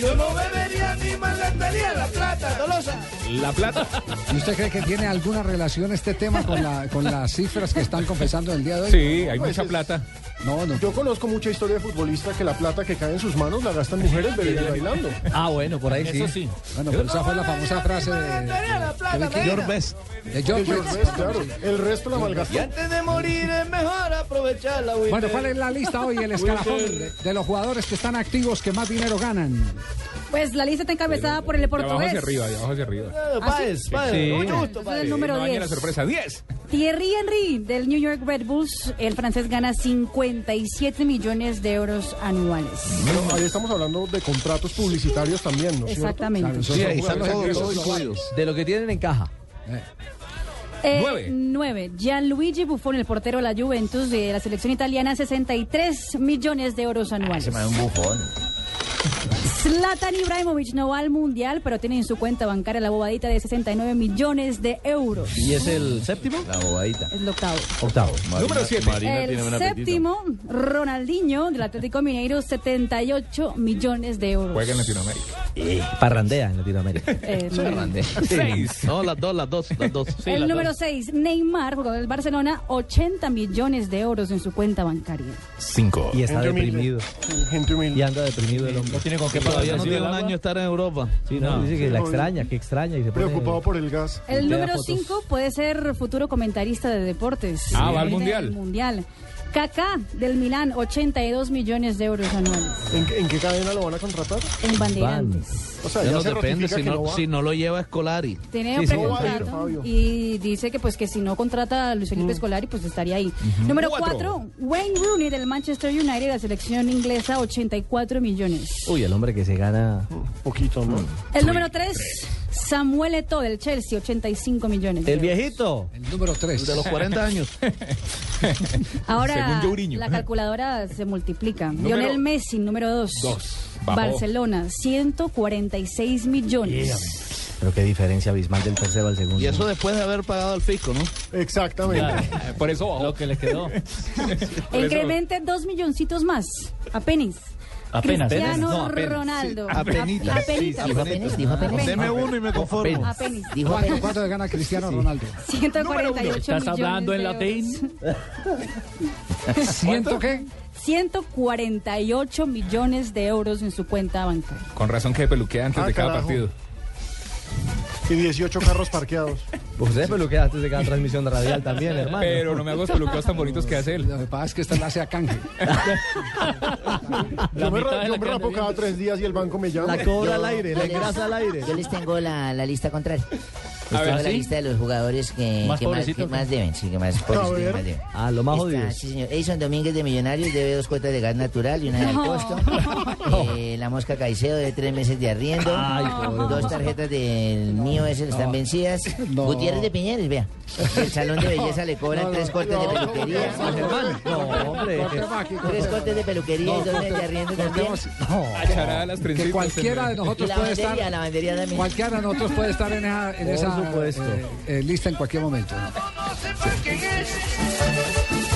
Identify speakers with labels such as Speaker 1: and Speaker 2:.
Speaker 1: Yo no bebería ni malgastaría la plata, Dolosa.
Speaker 2: La plata.
Speaker 3: ¿Y usted cree que tiene alguna relación este tema con, la, con las cifras que están confesando el día de hoy?
Speaker 2: Sí, hay mucha plata.
Speaker 3: No, no.
Speaker 4: Yo conozco mucha historia de futbolistas que la plata que cae en sus manos la gastan mujeres bebiendo y bailando.
Speaker 5: Ah, bueno, por ahí sí.
Speaker 6: Eso sí.
Speaker 3: Bueno, pero esa fue la famosa frase de,
Speaker 1: la plata,
Speaker 3: Vicky
Speaker 1: Marina.
Speaker 5: Best.
Speaker 3: de John
Speaker 4: El
Speaker 3: West.
Speaker 4: resto, Pues, claro, el resto la
Speaker 1: Y
Speaker 4: malgastó.
Speaker 1: antes de morir es mejor aprovecharla, güey.
Speaker 3: Bueno, ¿cuál es la lista hoy? El escalafón de, de los jugadores que están activos que más dinero ganan.
Speaker 7: Pues la lista está encabezada por el
Speaker 2: De abajo
Speaker 7: portugués.
Speaker 2: hacia arriba, ¿eh? de abajo hacia arriba.
Speaker 3: Ah,
Speaker 1: Páez, Páez,
Speaker 2: Sí.
Speaker 1: mucho gusto,
Speaker 7: Ese es el
Speaker 1: Páez.
Speaker 7: Eh, número
Speaker 2: no dañe
Speaker 7: 10.
Speaker 2: la sorpresa. ¡10!
Speaker 7: Thierry Henry del New York Red Bulls, el francés gana 57 millones de euros anuales.
Speaker 4: Pero ahí estamos hablando de contratos publicitarios también, ¿no es cierto?
Speaker 7: Exactamente.
Speaker 3: Esos
Speaker 5: Sí,
Speaker 3: son
Speaker 5: ahí están
Speaker 3: jugadores
Speaker 5: todos,
Speaker 3: que
Speaker 5: todos
Speaker 3: son-
Speaker 5: incluidos. De lo que tienen en caja.
Speaker 7: Eh,
Speaker 2: Nueve.
Speaker 7: nueve. Gianluigi Buffon, el portero de la Juventus de la selección italiana, 63 millones de
Speaker 2: Ah,
Speaker 7: euros anuales.
Speaker 6: un bufón.
Speaker 7: Zlatan Ibrahimovic no va al mundial, pero tiene en su cuenta bancaria la bobadita de 69 millones de euros.
Speaker 5: ¿Y es el séptimo?
Speaker 6: La bobadita.
Speaker 7: Es lo octavo.
Speaker 5: Octavo.
Speaker 2: Número 7.
Speaker 7: El séptimo, Ronaldinho, del Atlético Mineiro, 78 millones de euros.
Speaker 2: Juega en Latinoamérica.
Speaker 5: Parrandea en Latinoamérica.
Speaker 7: Eh,
Speaker 2: Seis.
Speaker 5: No, las dos, las dos, las dos. Sí,
Speaker 7: el
Speaker 5: las
Speaker 7: número
Speaker 5: dos.
Speaker 7: 6, Neymar, jugador del Barcelona, 80 millones de euros en su cuenta bancaria.
Speaker 2: 5.
Speaker 5: Y está
Speaker 4: Gente humilde.
Speaker 5: deprimido.
Speaker 4: Sí, Gente
Speaker 5: Y
Speaker 4: humilde.
Speaker 5: anda deprimido el hombre.
Speaker 6: tiene con qué
Speaker 5: Todavía no tiene un año estar en Europa. Sí, no. Dice que la extraña, que extraña. Y se pone-
Speaker 4: Preocupado por el gas.
Speaker 7: El
Speaker 5: Vea
Speaker 7: número
Speaker 5: fotos.
Speaker 7: 5 puede ser futuro comentarista de deportes.
Speaker 2: Ah, va al
Speaker 7: Del
Speaker 2: Mundial.
Speaker 7: mundial. Kaká del Milán, 82 millones de euros anuales
Speaker 4: ¿En, qué- en qué cadena lo van a contratar?
Speaker 7: en Bandeirantes.
Speaker 4: O sea,
Speaker 5: Ya
Speaker 4: ya
Speaker 5: no
Speaker 4: se
Speaker 5: depende
Speaker 4: ratifica
Speaker 5: si
Speaker 4: que
Speaker 5: no,
Speaker 4: va.
Speaker 5: si no lo lleva Escolari.
Speaker 7: Tiene
Speaker 5: Sí,
Speaker 7: un
Speaker 5: sí.
Speaker 4: No va
Speaker 7: precontrato
Speaker 4: a ir, Fabio.
Speaker 7: y dice que pues que si no contrata a Luis Felipe Scolari pues estaría ahí. Número
Speaker 2: Cuatro.
Speaker 7: 4, Wayne Rooney del Manchester United, la selección inglesa, 84 millones.
Speaker 5: Uy, el hombre que se gana.
Speaker 4: Poquito,
Speaker 5: Mm.
Speaker 4: ¿no?
Speaker 7: El número 3, Samuel Eto'o del Chelsea, 85 millones. de
Speaker 5: El
Speaker 7: euros.
Speaker 5: viejito.
Speaker 3: El número
Speaker 5: El
Speaker 3: 3.
Speaker 5: de los 40 años.
Speaker 7: Ahora
Speaker 2: Según Jorginho.
Speaker 7: la calculadora se multiplica.
Speaker 2: Número-
Speaker 7: Lionel Messi, número 2.
Speaker 2: Dos. Bajó.
Speaker 7: Barcelona, 146 millones.
Speaker 6: Pero qué diferencia abismal del tercero al segundo.
Speaker 5: Y eso después de haber pagado al fisco, ¿no?
Speaker 4: Exactamente.
Speaker 2: Por eso bajó.
Speaker 6: Lo que les quedó.
Speaker 2: Por eso-
Speaker 7: Incremente dos milloncitos más. Apenas.
Speaker 6: Apenas.
Speaker 7: Cristiano
Speaker 6: No, apenas.
Speaker 7: Ronaldo.
Speaker 5: Sí, apenitas.
Speaker 7: A- apenitas.
Speaker 5: Sí, sí, apenitas. Dijo
Speaker 7: Apenas.
Speaker 5: Deme uno y me conformo.
Speaker 7: Apenas.
Speaker 3: ¿Cuánto, cuánto le gana Cristiano Ronaldo?
Speaker 7: 148
Speaker 6: ¿Estás
Speaker 7: millones
Speaker 6: hablando en
Speaker 7: de euros.
Speaker 6: latín?
Speaker 3: ¿Siento qué?
Speaker 7: 148 millones de euros en su cuenta bancaria.
Speaker 2: Con razón que peluquea antes
Speaker 4: Ah,
Speaker 2: de cada
Speaker 4: carajo.
Speaker 2: partido.
Speaker 4: y 18 carros parqueados.
Speaker 5: Usted me lo queda antes de cada transmisión de radial también, hermano.
Speaker 2: Pero no me hago los peluqueos tan bonitos que hace él.
Speaker 3: Lo que pasa es que esta la hace a canje.
Speaker 4: Yo me,
Speaker 6: mitad
Speaker 4: ra-
Speaker 6: de
Speaker 4: yo
Speaker 6: la
Speaker 4: me
Speaker 6: cara
Speaker 4: rapo
Speaker 6: de
Speaker 4: cada tres días y el banco me llama.
Speaker 5: La cobra al aire, la
Speaker 8: Yo les-
Speaker 5: engrasa al aire.
Speaker 8: Yo les tengo la, la lista contraria. Les
Speaker 2: A
Speaker 8: tengo
Speaker 2: ver,
Speaker 8: la
Speaker 2: ¿sí?
Speaker 8: lista de los jugadores que
Speaker 6: ¿Más
Speaker 8: que más, que
Speaker 6: pobrecitos?
Speaker 8: más deben. Sí, que más pobrecitos,
Speaker 4: ver.
Speaker 8: que más deben.
Speaker 5: Ah, lo más
Speaker 8: Está,
Speaker 5: jodido.
Speaker 8: Sí, señor. Edison Domínguez de Millonarios debe dos cuotas de gas natural y una de
Speaker 7: No.
Speaker 8: costo. Eh, la mosca Caicedo de tres meses de arriendo.
Speaker 5: Ay, pobre.
Speaker 8: Dos tarjetas del mío ese están vencidas. Gutiérrez de Piñeres, vea. El salón de belleza le cobran tres cortes de peluquería.
Speaker 5: Germán. No, hombre. que-
Speaker 3: Cortemos aquí,
Speaker 8: Tres
Speaker 3: cortemos.
Speaker 8: cortes de peluquería y dos meses de arriendo también.
Speaker 3: Cortemos.
Speaker 2: Acharada las trencitas.
Speaker 3: Que cualquiera de
Speaker 8: Y
Speaker 3: nosotros
Speaker 8: la
Speaker 3: puede estar.
Speaker 8: bandería, la bandería también.
Speaker 3: Cualquiera de nosotros puede estar en esa, en
Speaker 5: Por
Speaker 3: esa,
Speaker 5: supuesto.
Speaker 3: eh, eh, lista en cualquier momento.
Speaker 1: No sepa quién es.